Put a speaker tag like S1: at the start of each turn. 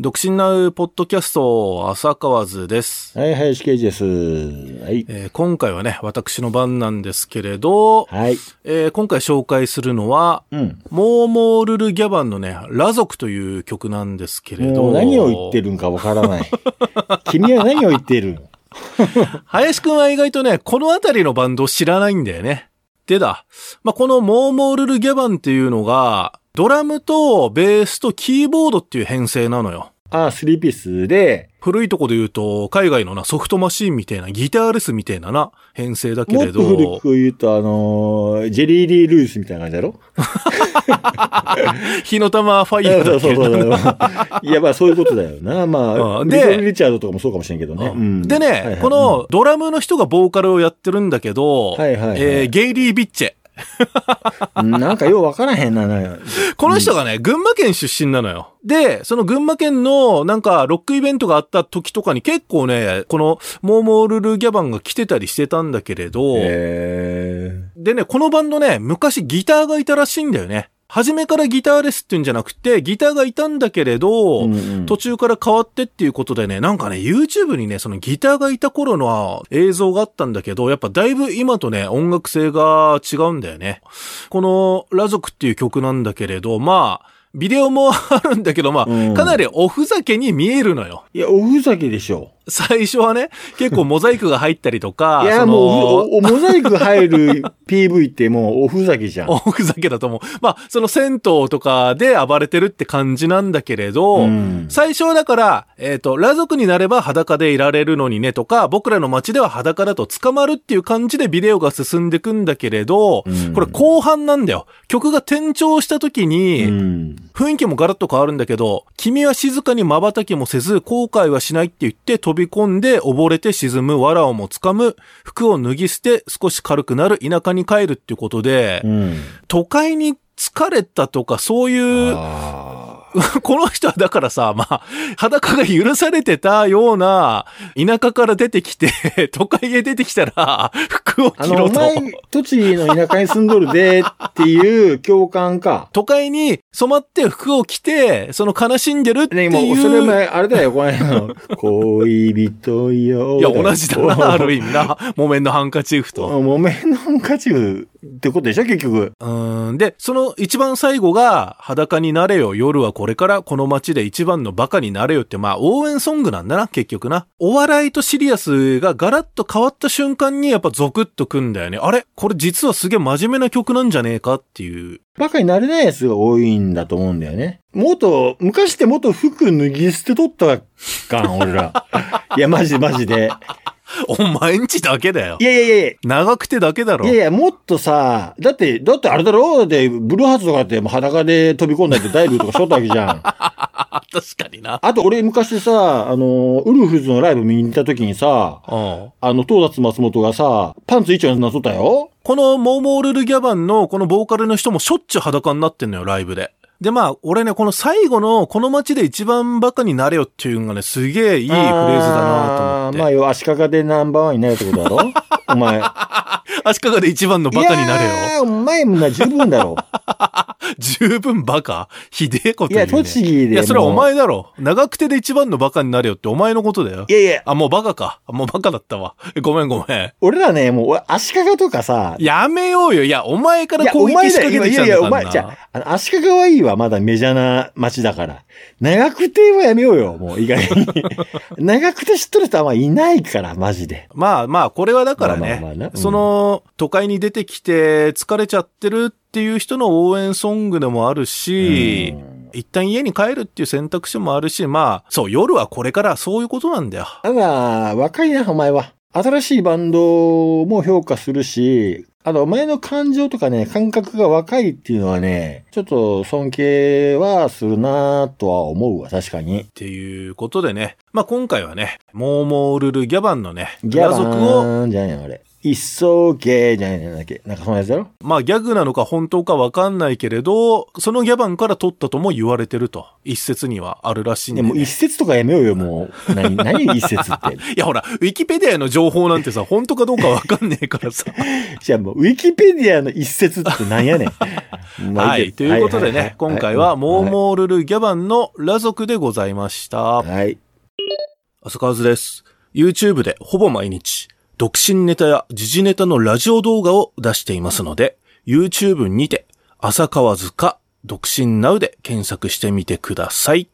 S1: 独身なうポッドキャスト、浅川図です、
S2: はい、林圭司です。はい。
S1: えー今回はね、私の番なんですけれど、
S2: はい。
S1: えー今回紹介するのは、
S2: うん。
S1: モーモールルギャバンのね、ラ族という曲なんですけれ
S2: も
S1: ど。
S2: う何を言ってるんかわか らない。君は何を言っているの
S1: 林くんは意外とね、この辺りのバンド知らないんだよね。でだ、まあ、このモーモールルギャバンっていうのが、ドラムとベースとキーボードっていう編成なのよ。
S2: ああ、スリーピースで、
S1: 古いとこで言うと、海外のな、ソフトマシーンみたいな、ギターレスみたいなな、編成だけ
S2: もっ
S1: れ
S2: と古
S1: ど、
S2: く言うと、あのージェリー・リー・ルースみたいな感じだろ
S1: 火の玉ファイ
S2: そ
S1: ヤ
S2: う
S1: ー
S2: そ
S1: だ
S2: う
S1: っ
S2: そ
S1: け
S2: うそう。 いや、まあそういうことだよな。ま
S1: う
S2: あ、
S1: ん
S2: リ
S1: で
S2: トル・リチャードとかもそうかもしれんけどね。うん
S1: でね、
S2: はいはい
S1: このドラムの人がボーカルをやってるんだけど、
S2: はいはいはい
S1: えーゲイリー・ビッチェ。
S2: うんなんかようわからへんな、なんか
S1: この人がね、群馬県出身なのよ。で、その群馬県のなんかロックイベントがあった時とかに結構ね、このモーモールルギャバンが来てたりしてたんだけれど、
S2: へー
S1: でね、このバンドね、昔ギターがいたらしいんだよね。初めからギターレスっていうんじゃなくて、ギターがいたんだけれど、
S2: うんうん
S1: 途中から変わってっていうことでね、なんかね、YouTube にね、そのギターがいた頃の映像があったんだけど、やっぱだいぶ今とね、音楽性が違うんだよね。この、ラ族っていう曲なんだけれど、まあ、ビデオもあるんだけど、まあ、
S2: うん
S1: かなりおふざけに見えるのよ。
S2: いや、おふざけでしょ。
S1: 最初はね、結構モザイクが入ったりとか、
S2: い
S1: そ
S2: や、
S1: の
S2: もうお、おモザイク入る PV ってもうおふざけじゃん。
S1: おふざけだと思う。まあ、その銭湯とかで暴れてるって感じなんだけれど、
S2: うん
S1: 最初はだから、えっ、と、裸族になれば裸でいられるのにねとか、僕らの街では裸だと捕まるっていう感じでビデオが進んでくんだけれど、
S2: うん
S1: これ後半なんだよ。曲が転調した時に、
S2: うん
S1: 雰囲気もガラッと変わるんだけど、君は静かに瞬きもせず、後悔はしないって言って飛び込んで溺れて沈む、藁をも掴む、服を脱ぎ捨て少し軽くなる、田舎に帰るっていうことで、
S2: うん。
S1: 都会に疲れたとか、そういう、
S2: あ
S1: この人はだからさ、まあ、裸が許されてたような、田舎から出てきて、 都会へ出てきたら、服を
S2: あ
S1: 着
S2: の、
S1: ろ
S2: お
S1: と。
S2: 前、栃木の田舎に住んどるでっていう共感か。
S1: 都会に染まって服を着て、その悲しんでるってい
S2: ね、
S1: う。
S2: もう、それも、あれだよ、この辺の。 恋人よ。
S1: いや、同じだな、ある
S2: 意
S1: 意味な。木綿のハンカチーフ と。
S2: 木綿のハンカチフってことでしょ、結局。
S1: うん。で、その一番最後が、裸になれよ、夜はこれから、この街で一番のバカになれよって、まあ、応援ソングなんだな、結局な。お笑いとシリアスがガラッと変わった瞬間に、やっぱゾクッとくんだよね。あれこれ実はすげえ真面目な曲なんじゃねえかっていう。
S2: バカになれないやつが多いんだと思うんだよね。もっと、昔ってもっと服脱ぎ捨てとったかん、俺 ら。いや、マジでマジで。
S1: お前んちだけだよ
S2: い。やいやいやいや、
S1: 長くてだけだろ
S2: いや。いや、もっとさ、だって、だってあれだろで、ブルーハーツとかってもう裸で飛び込んだりってダイブとかしとったわけじ ゃん。
S1: あ、確かにな。
S2: あと俺昔さ、あの、ウルフズのライブ見に行った時にさ、
S1: うん。
S2: あの、東達松本がさ、パンツ一丁になっとったよ。
S1: このモーモールルギャバンのこのボーカルの人もしょっちゅう裸になってんのよ、ライブで。で、まあ、俺ね、この最後の、この街で一番バカになれよっていうのがね、すげえいい
S2: い
S1: フレーズだなと思って。
S2: まあ、要は足利でナンバーワンになるってこと だろお前。
S1: 足利で一番のバカになれ
S2: い
S1: よ。
S2: やーお前もな、十 分だろ。
S1: 十分バカひでえこと
S2: い
S1: 言う、
S2: や、
S1: ね。
S2: 栃木でも。
S1: いや、それはお。前だろ。長くてで一番のバカになれよってお前のことだよ
S2: い。やいや、
S1: あ、もうバカか。もうバカだったわ。ごめんごめん。
S2: 俺らね、もう、俺足利とかさ、
S1: やめようよ。いや、お前か
S2: い
S1: ら
S2: や、
S1: 攻
S2: お
S1: 撃
S2: 前
S1: 仕
S2: だよ
S1: 掛けて
S2: い
S1: きた
S2: や
S1: んだ
S2: いや、
S1: か
S2: お前、
S1: ら
S2: じゃあ、あの、足利はいいわ、まだメジャーな街だから。長久手はやめようよ、もう、意外に。 長久手知っとる人はあんまいないから、マジで。
S1: まあまあ、これはだから
S2: まあまあまあ
S1: ね
S2: ね、うん
S1: その、都会に出てきて疲れちゃってるっていう人の応援ソングでもあるし
S2: う、ん
S1: 一旦家に帰るっていう選択肢もあるし、まあ、そう、夜はこれからそういうことなんだよ。
S2: ただ、若いな、お前は。新しいバンドも評価するし、あと、お前の感情とかね、感覚が若いっていうのはね、ちょっと尊敬はするなとは思うわ、確かに
S1: っ。ていうことでね、まあ今回はね、モーモールルギャバンのね、
S2: ギャ
S1: ラ族を
S2: バーンじゃんや、あれ。急げじゃないなんだっけなんかそんなやつだろ
S1: まあギャグなのか本当かわかんないけれど、そのギャバンから取ったとも言われてると、一説にはあるらしいん
S2: で
S1: で、
S2: もう
S1: ね。
S2: 一節とかやめようよ、も う。何、何一節って。
S1: いやほら、ウィキペディアの情報なんてさ、本当かどうかわかんねえからさ。
S2: じゃあもう、ウィキペディアの一節ってなんやねん。まあ
S1: はい。ということでね、今回は、モー
S2: う。
S1: モールルギャバンのラ族でございました。
S2: はい。
S1: 浅川図です。YouTube でほぼ毎日、独身ネタや時事ネタのラジオ動画を出していますので、YouTube にて、浅川図か、独身ナウで検索してみてください。